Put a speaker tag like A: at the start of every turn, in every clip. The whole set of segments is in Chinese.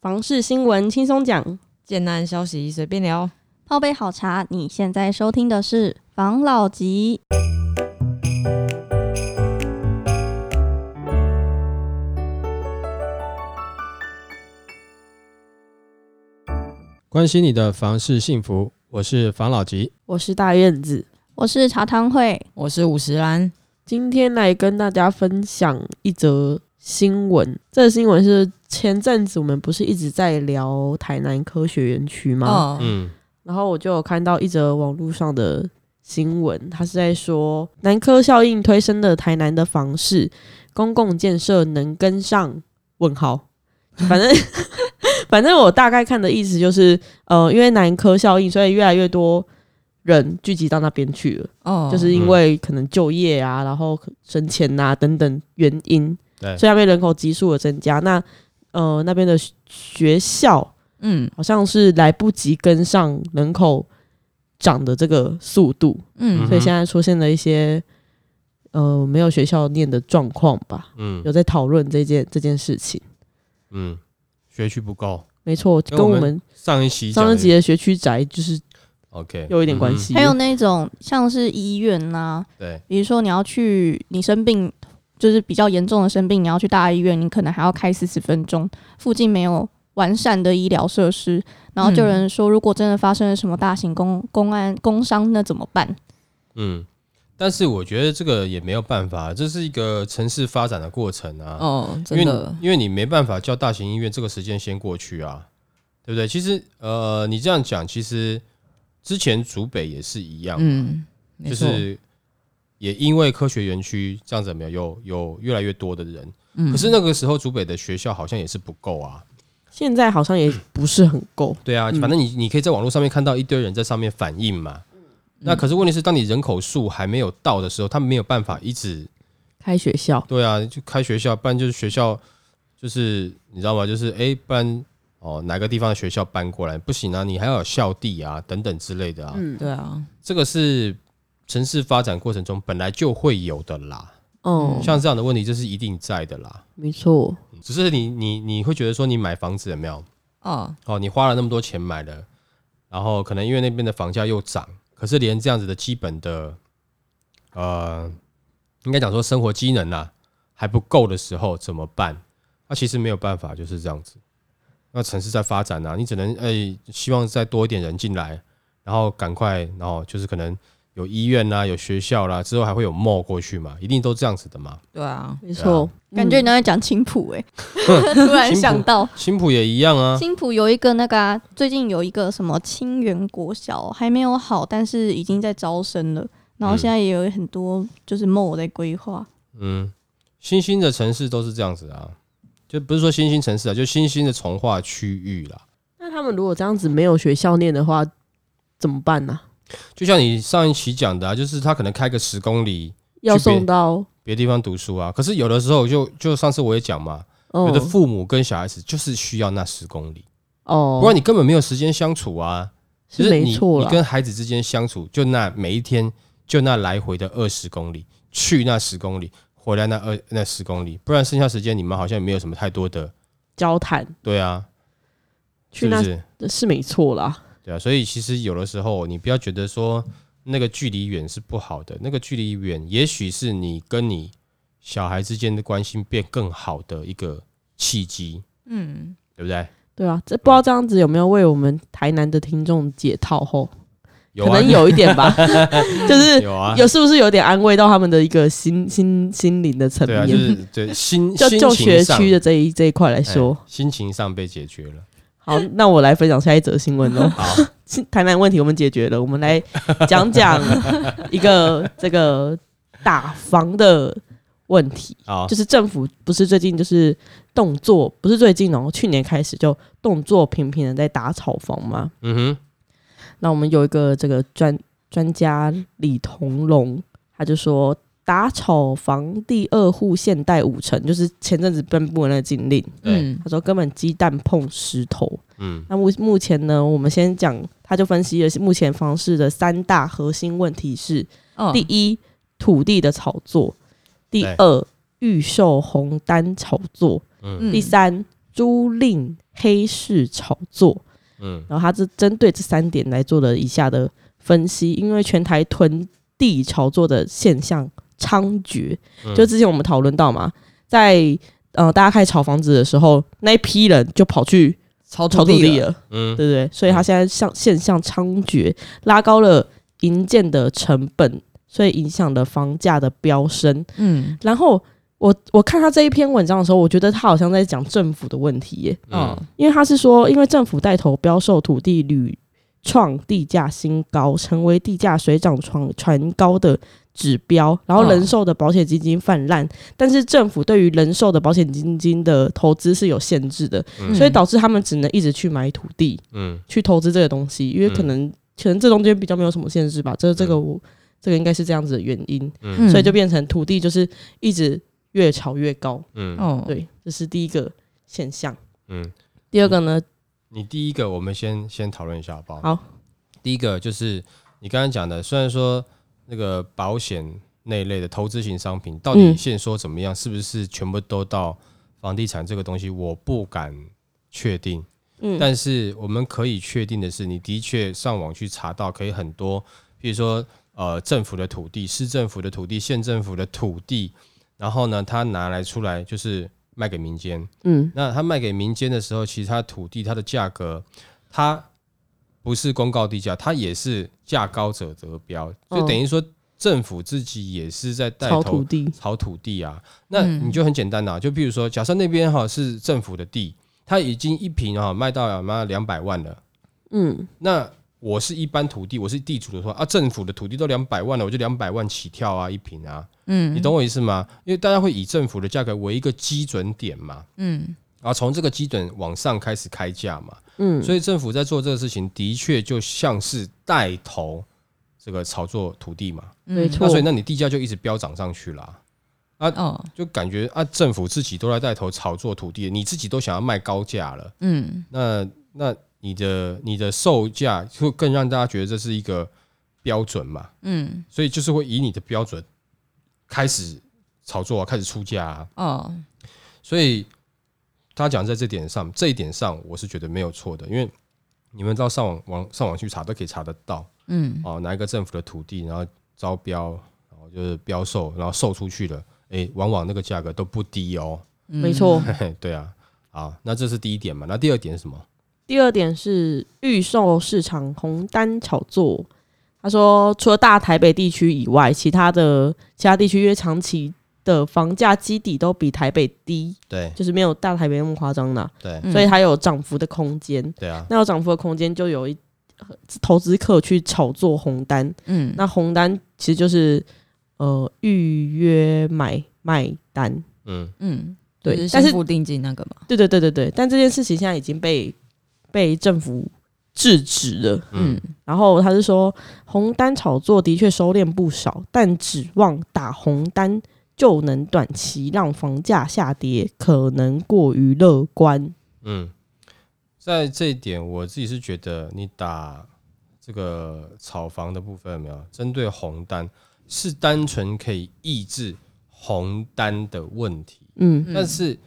A: 房事新闻轻松讲，
B: 简单消息随便聊。
C: 泡杯好茶，你现在收听的是防老集。
D: 关心你的房事幸福，我是房老吉。
A: 我是大院子，
C: 我是茶汤会，
B: 我是五十岚，
A: 今天来跟大家分享一则新闻。这个新闻是前阵子我们不是一直在聊台南科学园区吗？
B: 哦，
D: 嗯，
A: 然后我就有看到一则网络上的新闻，它是在说南科效应推升的台南的房市公共建设能跟上？问号， 反正反正我大概看的意思就是，呃，因为南科效应，所以越来越多人聚集到那边去了，
B: 哦，
A: 就是因为可能就业啊，然后升迁呐、等等原因，
D: 对，
A: 所以那边人口基数的增加，那呃那边的学学校
B: 嗯
A: 好像是来不及跟上人口涨的这个速度，
B: 嗯
A: 所以现在出现了一些呃没有学校念的状况吧。
D: 嗯
A: 有在讨论这件这件事情，
D: 嗯，学区不够，
A: 没错，
D: 跟
A: 跟我
D: 我
A: 们
D: 上一期
A: 上一集
D: 讲的
A: 的学区宅就是
D: OK
A: 有一点关，系。
C: 还有那种像是医院呐、
D: 嗯对，
C: 比如说你要去，你生病就是比较严重的生病，你要去大医院，你可能还要开四十分钟，附近没有完善的医疗设施，然后就有人说，如果真的发生了什么大型公公安工伤，那怎么办？
D: 嗯，但是我觉得这个也没有办法，这是一个城市发展的过程啊。
B: 哦，
D: 因为
B: 真的
D: 你因为你没办法叫大型医院这个时间先过去啊，对不对？其实呃，你这样讲，其实之前竹北也是一样，
B: 嗯，没
D: 就
B: 错，
D: 是也因为科学园区这样子有没有有有越来越多的人，
B: 嗯
D: 可是那个时候竹北的学校好像也是不够啊。
A: 现在好像也不是很够，
D: 对啊，
A: 嗯
D: 反正你你可以在网络上面看到一堆人在上面反映嘛。
B: 嗯
D: 那可是问题是，当你人口数还没有到的时候，他们没有办法一直
A: 开学校
D: 对啊，就开学校，不然就是学校，就是你知道吗？就是哎，不然哦，哪个地方的学校搬过来不行啊？你还要有校地啊，等等之类的啊。
A: 嗯
B: 对啊，
D: 这个是城市发展过程中本来就会有的啦，
A: 哦，
D: 像这样的问题这是一定在的啦。
A: 没错，
D: 只是你你你会觉得说，你买房子有没有？
B: 哦，
D: 哦，你花了那么多钱买了，然后可能因为那边的房价又涨，可是连这样子的基本的，呃，应该讲说生活机能啊还不够的时候怎么办？那、其实没有办法，就是这样子。那城市在发展啊，你只能哎、希望再多一点人进来，然后赶快，然后就是可能有医院啦、有学校啦，之后还会有 mall 过去嘛，一定都这样子的嘛。
B: 对啊，
A: 没错，
C: 感觉你
A: 嗯
C: 都在讲青浦哎、突然想到。
D: 青浦也一样啊，
C: 青浦有一个那个、啊，最近有一个什么清源国小还没有好，但是已经在招生了。然后现在也有很多就是 m o 在规划，
D: 嗯，新兴的城市都是这样子啊，就不是说新兴城市啊，就新兴的从化区域啦。
A: 那他们如果这样子没有学校念的话，怎么办呢、
D: 就像你上一期讲的啊，就是他可能开个十公里
A: 要
D: 去别
A: 送到
D: 别地方读书啊，可是有的时候就就上次我也讲嘛，有的
A: 哦
D: 父母跟小孩子就是需要那十公里，
A: 哦，
D: 不然你根本没有时间相处啊。就是是
A: 没
D: 你
A: 错
D: 你
A: 啦。
D: 跟孩子之间相处，就那每一天就那来回的二十公里，去那十公里，回来那二那十公里，不然剩下时间你们好像也没有什么太多的，
A: 交谈，
D: 对啊，
A: 去
D: 是不
A: 那
D: 是？
A: 是没错啦。
D: 对啊，所以其实有的时候你不要觉得说那个距离远是不好的，那个距离远也许是你跟你小孩之间的关系变更好的一个契机，
B: 嗯，
D: 对不对？
A: 对啊，这不知道这样子有没有为我们台南的听众解套后，
D: 有
A: 可
D: 啊，
A: 能有一点吧，就是
D: 有啊，
A: 有是不是有点安慰到他们的一个心心心灵的层
D: 对啊，
A: 面？
D: 就是 对心
A: 就
D: 心
A: 就
D: 情
A: 学
D: 上
A: 区的这一这一块来
D: 哎
A: 说，
D: 心情上被解决 了。
A: 好，那我来分享下一则新闻喽。
D: 好，
A: 新台南问题我们解决了，我们来讲讲一个这个打房的问题。
D: 好，
A: 就是政府不是最近就是动作，不是最近哦，去年开始就动作频频的在打炒房嘛。
D: 嗯哼，
A: 那我们有一个这个专专家李同龙，他就说打炒房第二户限贷五成，就是前阵子颁布的那个禁令，
D: 对，
B: 嗯
A: 他说根本鸡蛋碰石头。
D: 嗯
A: 那目目前呢，我们先讲，他就分析了目前房市的三大核心问题是：
B: 哦
A: 第一，土地的炒作；第
D: 对
A: 二，预售红单炒作。
D: 嗯
B: 嗯
A: 第三，租赁、黑市炒作。
D: 嗯，
A: 然后他是针对这三点来做了以下的分析，因为全台囤地炒作的现象猖獗，
D: 嗯
A: 就之前我们讨论到嘛，在呃大家开始炒房子的时候，那一批人就跑去
B: 超
A: 炒土地了，
D: 嗯
A: 对不对？所以他现在像现象猖獗，拉高了营建的成本，所以影响了房价的飙升。
B: 嗯
A: 然后我我看他这一篇文章的时候，我觉得他好像在讲政府的问题耶，
B: 哦
D: 嗯
A: 因为他是说，因为政府带头标售土地屡创地价新高，成为地价水涨船船高的指标，然后
B: 嗯
A: 人寿的保险基金泛滥，但是政府对于人寿的保险基金的投资是有限制的，
D: 嗯
A: 所以导致他们只能一直去买土地
D: 嗯
A: 去投资这个东西，因为可能可能这中间比较没有什么限制吧，这这个我这个应该是这样子的原因，
D: 嗯
A: 所以就变成土地就是一直越炒越高，
D: 嗯
B: 哦，
A: 对，这是第一个现象。
D: 嗯，
A: 第二个呢，
D: 你第一个我们先先讨论一下好不好？
A: 好，
D: 第一个就是你刚刚讲的，虽然说那个保险那一类的投资型商品，到底
A: 嗯
D: 现说怎么样，是不是全部都到房地产这个东西，我不敢确定。
A: 嗯，
D: 但是我们可以确定的是，你的确上网去查到，可以很多，比如说呃政府的土地、市政府的土地、县政府的土地，然后呢，他拿来出来就是卖给民间。
A: 嗯
D: 那他卖给民间的时候，其实他土地它的价格，它不是公告地价，它也是价高者得标，就
A: 嗯
D: 等于说政府自己也是在带
A: 炒土
D: 头
A: 地，
D: 炒土地啊。那
B: 嗯
D: 你就很简单啦、就譬如说，假设那边哈是政府的地，它已经一平哈卖到妈两百万了，
A: 嗯
D: 那我是一般土地，我是地主的话啊，政府的土地都两百万了，我就两百万起跳啊，一平啊，
B: 嗯，
D: 你懂我意思吗？因为大家会以政府的价格为一个基准点嘛。
B: 嗯
D: 然后啊从这个基准往上开始开价嘛，
A: 嗯，
D: 所以政府在做这个事情，的确就像是带头这个炒作土地嘛，
B: 嗯
A: 没错
D: 那所以那你地价就一直飙涨上去啦，
B: 哦
D: 就感觉啊政府自己都在带头炒作土地，你自己都想要卖高价了，
B: 嗯
D: 那那你的你的售价就更让大家觉得这是一个标准嘛，
B: 嗯
D: 所以就是会以你的标准开始炒作啊，开始出价啊，
B: 哦
D: 所以他讲在这点上，这一点上我是觉得没有错的，因为你们到上网网上网去查都可以查得到
B: 嗯
D: 哦，哪一个政府的土地，然后招标，然后就是标售，然后售出去了，诶，往往那个价格都不低哦。
B: 嗯
A: 没错。
D: 嘿嘿，对啊，好，那这是第一点嘛。那第二点是什么？
A: 第二点是 预售市场红单炒作。他说，除了大台北地区以外，其他的其他地区因为长期的房价基底都比台北低，
D: 对
A: 就是没有大台北那么夸张啦，
D: 对
B: 嗯
A: 所以它有涨幅的空间。
D: 对啊，
A: 那有涨幅的空间，就有一呃投资客去炒作红单。
B: 嗯
A: 那红单其实就是呃预约买卖单，
D: 嗯
B: 嗯
A: 对
B: 就是
A: 但是
B: 先付定金那个嘛，
A: 对对对对对，但这件事情现在已经被被政府制止了。
D: 嗯
B: 嗯
A: 然后他是说，红单炒作的确收敛不少，但指望打红单就能短期让房价下跌，可能过于乐观。
D: 嗯，在这一点我自己是觉得，你打这个炒房的部分有没有针对红单，是单纯可以抑制红单的问题，
A: 嗯
B: 嗯
D: 但是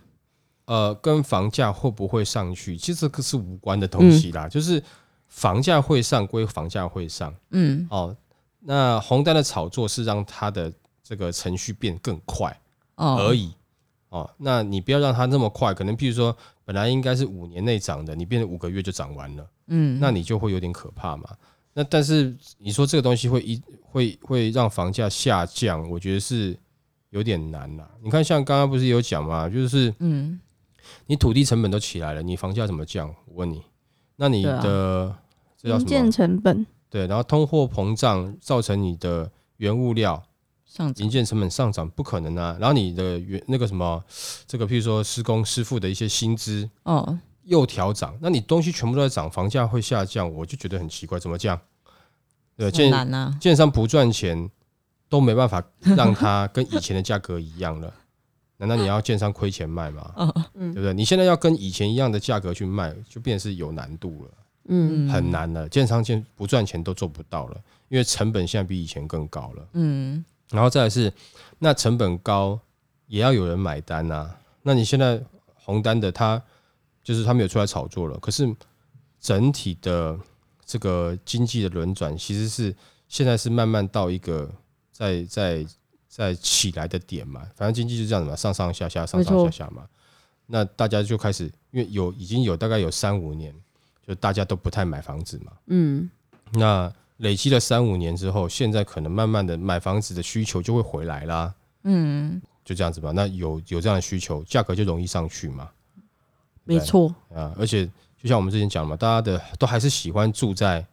D: 呃，跟房价会不会上去，其实这个是无关的东西啦，就是房价会上归房价会上
B: 嗯
D: 哦，那红单的炒作是让它的这个程序变更快。
B: 哦
D: 而已。哦，那你不要让它那么快，可能譬如说本来应该是五年内涨的，你变成五个月就涨完了，
B: 嗯
D: 那你就会有点可怕嘛。那但是你说这个东西会一会会让房价下降，我觉得是有点难啦。你看，像刚刚不是有讲嘛，就是
B: 嗯
D: 你土地成本都起来了，你房价怎么降？我问你，那你
B: 对啊
D: 的、这叫
C: 营
D: 什
C: 建
D: 么？
C: 成本，
D: 对，然后通货膨胀造成你的原物料
B: 上
D: 零件成本上涨不可能啊。然后你的原那个什么，这个譬如说施工师傅的一些薪资
B: 哦
D: 又调涨，那你东西全部都在涨，房价会下降，我就觉得很奇怪，怎么降？对，
B: 很
D: 建
B: 难啊呐，
D: 建商不赚钱都没办法让它跟以前的价格一样 了，难道你要建商亏钱卖吗？
B: 哦
D: 对不对？你现在要跟以前一样的价格去卖，就变成是有难度了，
A: 嗯，
B: 嗯
D: 很难了。建商建不赚钱都做不到了，因为成本现在比以前更高了。
B: 嗯
D: 然后再来是，那成本高也要有人买单啊。那你现在红单的他就是他们有出来炒作了。可是整体的这个经济的轮转，其实是现在是慢慢到一个在在在起来的点嘛。反正经济就这样子嘛，上上下下，上上
A: 没
D: 下
A: 错
D: 下嘛。那大家就开始，因为有已经有大概有三五年，就大家都不太买房子嘛。
A: 嗯，
D: 那累积了三五年之后，现在可能慢慢的买房子的需求就会回来啦，
B: 嗯，
D: 就这样子吧。那有有这样的需求，价格就容易上去嘛。
A: 没错，
D: 啊，而且就像我们之前讲嘛，大家的都还是喜欢住在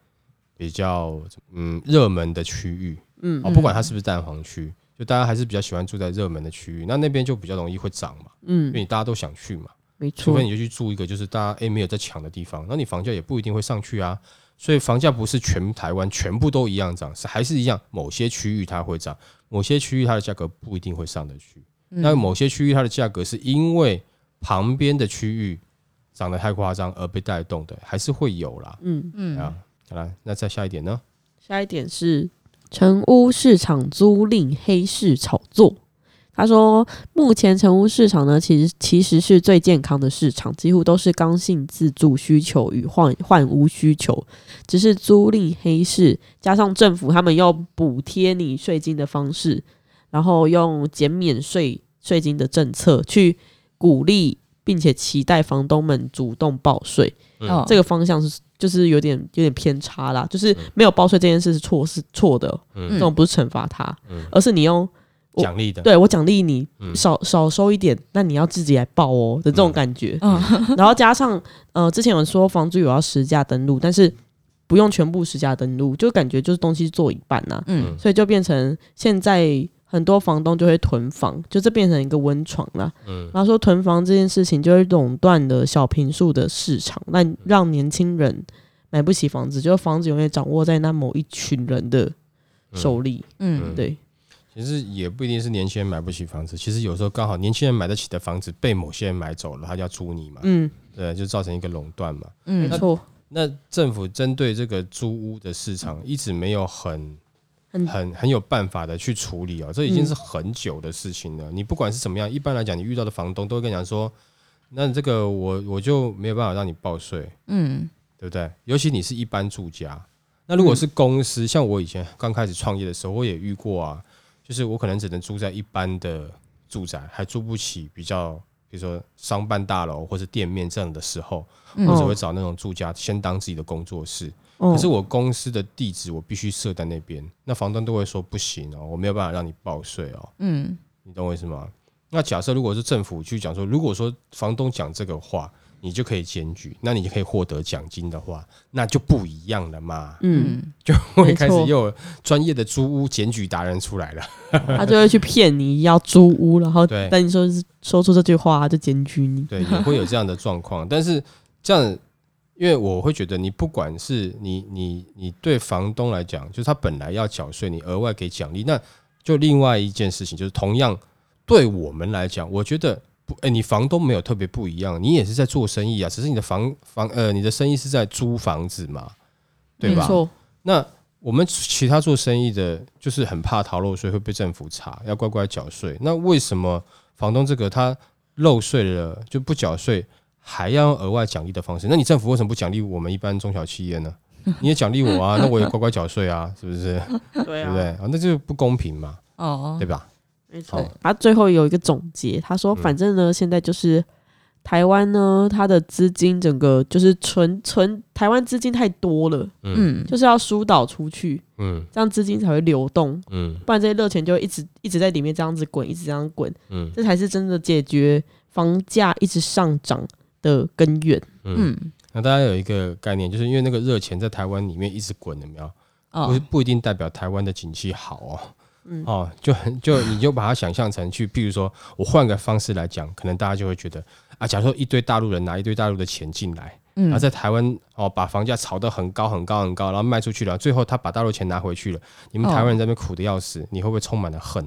D: 比较嗯热门的区域，
A: 嗯
D: 哦，不管它是不是蛋黄区，就大家还是比较喜欢住在热门的区域，那那边就比较容易会涨嘛，因为
A: 嗯，
D: 你大家都想去嘛，
A: 没
D: 除
A: 错
D: 非，你就去住一个就是大家诶、没有在抢的地方，那你房价也不一定会上去啊。所以房价不是全台湾全部都一样涨，是还是一样，某些区域它会涨，某些区域它的价格不一定会上得去。
A: 嗯
D: 那某些区域它的价格是因为旁边的区域涨得太夸张而被带动的，还是会有啦。
A: 嗯。
B: 嗯
D: 啊，好啦，那再下一点呢？
A: 下一点是成屋市场租赁黑市炒作。他说，目前成屋市场呢，其实其实是最健康的市场，几乎都是刚性自住需求与换换屋需求，只是租赁黑市加上政府他们要补贴你税金的方式，然后用减免税税金的政策去鼓励并且期待房东们主动报税，嗯
B: 哦，
A: 这个方向是就是有点有点偏差啦，就是没有报税这件事是错是错的，
D: 嗯
A: 这种不是惩罚他，
D: 嗯
A: 而是你用我
D: 奖励的，
A: 对我奖励你
D: 嗯
A: 少少收一点，那你要自己来报哦的这种感觉。
B: 嗯
A: 然后加上呃，之前有人说房租有要实价登录，但是不用全部实价登录，就感觉就是东西做一半呐、啊
B: 嗯
A: 所以就变成现在很多房东就会囤房，就这变成一个温床啦。
D: 嗯
A: 然后说囤房这件事情就会垄断了小平数的市场，让让年轻人买不起房子，就是房子永远掌握在那某一群人的手里。
B: 嗯
A: 对，
D: 其实也不一定是年轻人买不起房子，其实有时候刚好年轻人买得起的房子被某些人买走了，他就要租你嘛，
A: 嗯，
D: 对，就造成一个垄断嘛。
A: 没
B: 嗯
A: 错，
D: 那政府针对这个租屋的市场一直没有很
A: 很
D: 很很有办法的去处理哦，这已经
A: 嗯
D: 是很久的事情了。你不管是怎么样，一般来讲，你遇到的房东都会跟你讲说，那这个我我就没有办法让你报税，
B: 嗯
D: 对不对？尤其你是一般住家，那如果是公司，像我以前刚开始创业的时候，我也遇过啊，就是我可能只能住在一般的住宅，还住不起比较，比如说商办大楼或是店面这样的时候，我只
A: 嗯
D: 会找那种住家先当自己的工作室。
A: 哦
D: 可是我公司的地址我必须设在那边，那房东都会说不行哦，我没有办法让你报税哦，
B: 嗯
D: 你懂我意思吗？那假设如果是政府去讲说，如果说房东讲这个话，你就可以检举，那你就可以获得奖金的话，那就不一样了嘛。
A: 嗯，
B: 嗯
D: 会开始
A: 没错
D: 又有专业的租屋检举达人出来了，
A: 他就会去骗你要租屋，然后
D: 嗯对
A: 但你说是说出这句话，他就检举你。
D: 对，也会有这样的状况。但是这样，因为我会觉得，你不管是你你你对房东来讲，就是他本来要缴税，你额外给奖励，那就另外一件事情，就是同样对我们来讲，我觉得不，哎、你房东没有特别不一样，你也是在做生意啊，只是你的房房呃，你的生意是在租房子嘛，对吧？
A: 没错，
D: 那我们其他做生意的，就是很怕逃漏税会被政府查，要乖乖缴税。那为什么房东这个他漏税了就不缴税，还要用额外奖励的方式？那你政府为什么不奖励我们一般中小企业呢？你也奖励我啊，那我也乖乖缴税啊，是不是？
A: 对
D: 对不对？啊，那就不公平嘛，
B: 哦
D: 对吧？哦
A: 没
D: 错好
A: 他啊最后有一个总结，他说：“
D: 嗯
A: 反正呢，现在就是台湾呢，它的资金整个就是存存台湾资金太多了，
B: 嗯
A: 就是要疏导出去，
D: 嗯
A: 这样资金才会流动，
D: 嗯
A: 不然这些热钱就会一直一直在里面这样子滚，一直这样滚，
D: 嗯
A: 这才是真的解决房价一直上涨的根源。
D: 嗯。
B: 嗯
D: 那大家有一个概念，就是因为那个热钱在台湾里面一直滚，有没有？不是
B: 哦
D: 不一定代表台湾的景气好哦。
A: 嗯
D: 哦，就很就你就把它想象成去，譬如说我换个方式来讲，可能大家就会觉得啊，假如说一堆大陆人拿一堆大陆的钱进来，然
B: 嗯
D: 后在台湾哦把房价炒得很高很高很高，然后卖出去了，最后他把大陆钱拿回去了，你们
B: 哦
D: 台湾人在那边苦的要死，你会不会充满了恨？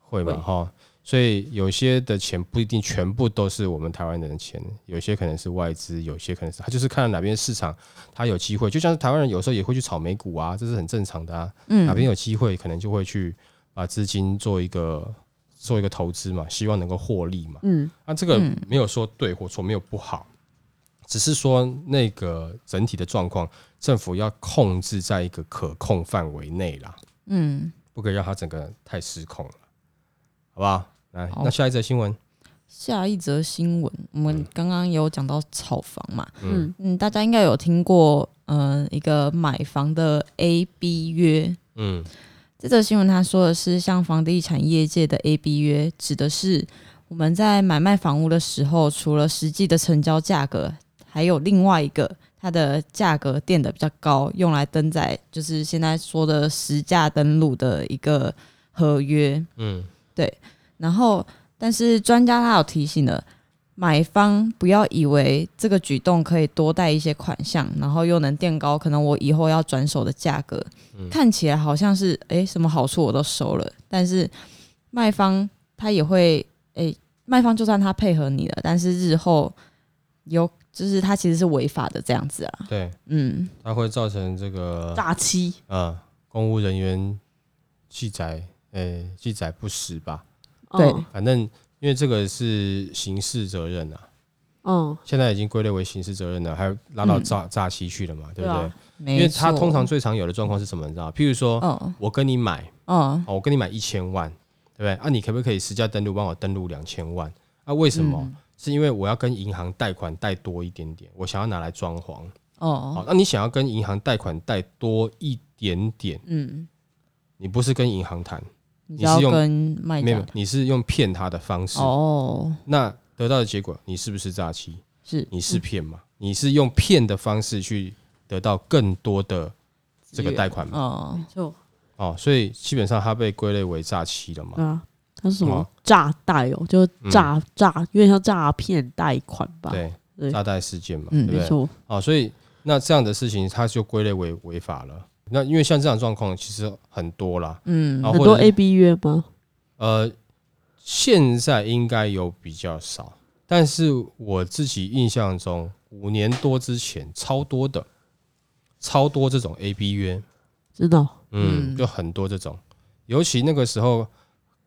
D: 会吧，
A: 会
D: 哈、所以有些的钱不一定全部都是我们台湾人的钱，有些可能是外资，有些可能是他就是看哪边市场他有机会，就像是台湾人有时候也会去炒美股啊，这是很正常的啊。哪边
B: 嗯
D: 有机会，可能就会去把资金做一个做一个投资嘛，希望能够获利嘛。
A: 嗯
D: 啊那、这个
B: 嗯
D: 没有说对或错，没有不好，只是说那个整体的状况，政府要控制在一个可控范围内啦，
B: 嗯，
D: 不可以让它整个太失控了，好不好？来，
B: 好
D: 那下一则新闻，
B: 下一则新闻，我们刚刚有讲到炒房嘛，
A: 嗯，
B: 嗯，大家应该有听过，嗯、一个买房的 A B 约。
D: 嗯
B: 这则新闻他说的是，像房地产业界的 A B 约，指的是我们在买卖房屋的时候，除了实际的成交价格，还有另外一个它的价格垫的比较高，用来登载就是现在说的实价登录的一个合约。
D: 嗯
B: 然后，但是专家他有提醒了，买方不要以为这个举动可以多贷一些款项，然后又能垫高可能我以后要转手的价格。
D: 嗯
B: 看起来好像是诶什么好处我都收了，但是卖方他也会诶，卖方就算他配合你了，但是日后有就是他其实是违法的这样子啊。
D: 对，
B: 嗯，
D: 它会造成这个
A: 诈欺，
D: 呃公务人员记载，诶、记载不实吧？
B: 对
A: 嗯
D: 反正因为这个是刑事责任啊，
A: 嗯，
D: 现在已经归类为刑事责任了，还拉到
B: 嗯
D: 诈诈欺去了嘛，对
A: 对
D: 不对？
A: 啊，
B: 没
D: 因为他
B: 错
D: 通常最常有的状况是什么，你知道吗？譬如说，
B: 哦
D: 我跟你买，
B: 哦
D: 哦，我跟你买一千万，对不对？啊，你可不可以实价登录帮我登录两千万？啊，为什么？
B: 嗯
D: 是因为我要跟银行贷款贷多一点点，我想要拿来装潢。好、
B: 哦
D: 那你想要跟银行贷款贷多一点点，
B: 嗯，
D: 你不是跟银行谈，
B: 你
D: 你
B: 就是要
D: 用
B: 跟卖
D: 没有
B: 家，
D: 你是用骗他的方式。
B: 哦
D: 那得到的结果，你是不是诈欺？
B: 是
D: 你是骗嘛？你是用骗的方式去得到更多的这个贷款嘛？
B: 哦
A: 就
D: 哦，所以基本上它被归类为诈欺了嘛。
A: 对啊，它是什么
D: 好
A: 诈贷哦，就是诈诈，有点像诈骗贷款吧？
D: 嗯对，
A: 对
D: 炸弹事件嘛，
B: 嗯
D: 对不
A: 没
D: 对？
A: 错，
D: 哦，所以那这样的事情，它就归类为违法了。那因为像这样的状况其实很多啦，
B: 嗯
D: 好
A: 很
D: 啊或
A: 多
D: 者
A: A B 约吗？
D: 呃，现在应该有比较少，但是我自己印象中，五年多之前超多的，超多这种 A B 约，
A: 真的哦，
D: 嗯，
B: 嗯
D: 就很多这种，尤其那个时候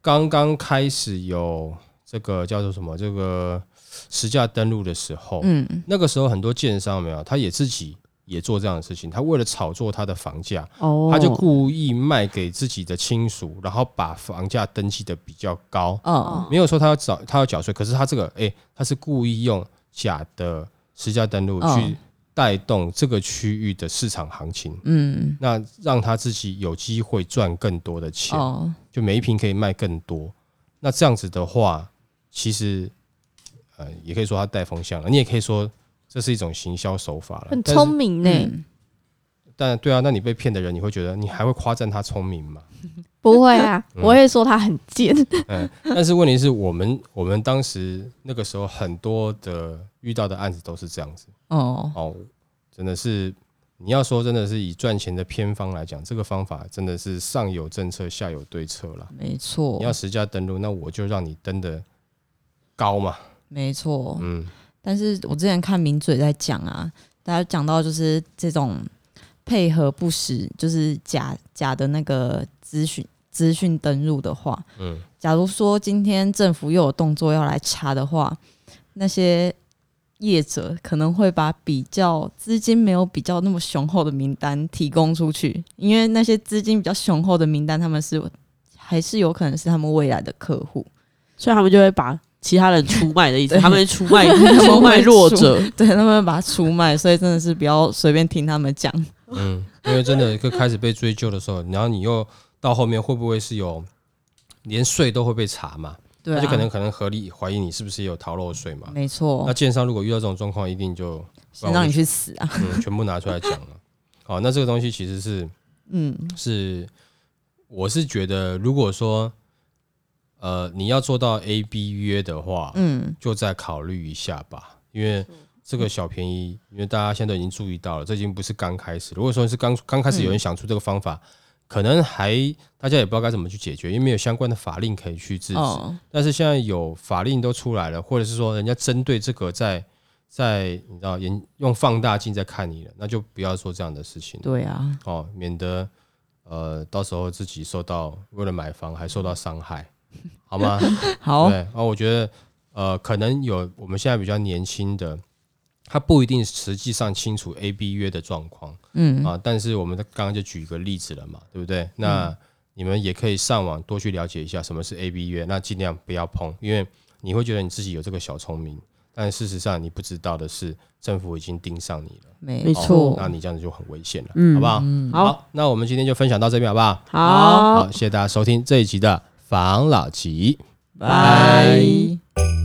D: 刚刚开始有这个叫做什么这个实价登录的时候，
B: 嗯
D: 那个时候很多建商有没有，他也自己也做这样的事情，他为了炒作他的房价，
A: 哦，
D: 他就故意卖给自己的亲属，然后把房价登记的比较高。
B: 哦
D: 没有说他要找他要缴税，可是他这个哎、他是故意用假的实价登录去
B: 嗯
D: 带动这个区域的市场行情，
B: 嗯
D: 那让他自己有机会赚更多的钱，
B: 哦
D: 就每一瓶可以卖更多。那这样子的话，其实呃，也可以说他带风向了，你也可以说这是一种行销手法了。
C: 很
D: 但是
C: 聪明呢、
B: 嗯
D: 但对啊，那你被骗的人，你会觉得你还会夸赞他聪明吗？
C: 不会啊，
D: 嗯
C: 我会说他很贱。
D: 嗯，但是问题是我们我们当时那个时候很多的遇到的案子都是这样子
B: 哦
D: 哦，真的是你要说真的是以赚钱的偏方来讲，这个方法真的是上有政策下有对策啦。
B: 没错
D: 你要实价登录，那我就让你登的高嘛，
B: 没错
D: 嗯，
B: 但是我之前看名嘴在讲啊，大家讲到就是这种配合不实，就是假假的那个资讯资讯登入的话，
D: 嗯
B: 嗯，假如说今天政府又有动作要来查的话，那些业者可能会把比较资金没有比较那么雄厚的名单提供出去，因为那些资金比较雄厚的名单，他们是还是有可能是他们未来的客户，
A: 所以他们就会把其他人出卖的意思，
B: 对
A: 他们出卖
B: 们会
A: 出卖弱者，
B: 对他们会把它出卖，所以真的是不要随便听他们讲。
D: 嗯，因为真的就开始被追究的时候，然后你又到后面会不会是有连税都会被查嘛？
B: 对、啊，
D: 那就可能可能合理怀疑你是不是也有逃漏税嘛？
B: 没
D: 那
B: 错，
D: 建商如果遇到这种状况，一定就
B: 先让你去死啊！
D: 嗯 全部拿出来讲了。好，那这个东西其实是
B: 嗯
D: 是，我是觉得如果说呃你要做到 A B 约的话，
B: 嗯，
D: 就再考虑一下吧，因为这个小便宜，因为大家现在都已经注意到了，这已经不是刚开始。如果说是刚刚开始有
B: 嗯
D: 人想出这个方法，可能还大家也不知道该怎么去解决，因为没有相关的法令可以去制止。
B: 哦，
D: 但是现在有法令都出来了，或者是说人家针对这个在在你知道研用放大镜在看你了，那就不要做这样的事情
B: 对啊，
D: 哦，免得呃到时候自己受到为了买房还受到伤害，好吗？
B: 好
A: 哦
D: 哦对，啊，我觉得呃可能有我们现在比较年轻的他不一定实际上清楚 A、B 约的状况
B: 嗯
D: 啊，但是我们刚刚就举一个例子了嘛，对不对？
A: 嗯
D: 那你们也可以上网多去了解一下什么是 A、B 约，那尽量不要碰，因为你会觉得你自己有这个小聪明，但事实上你不知道的是，政府已经盯上你了，
B: 没
A: 没错
D: 哦那你这样子就很危险了，
A: 嗯
D: 好不好？
B: 嗯，
A: 好
D: 好，那我们今天就分享到这边，好不好？
A: 好
D: 好，谢谢大家收听这一集的防老集。
A: 拜
B: 拜。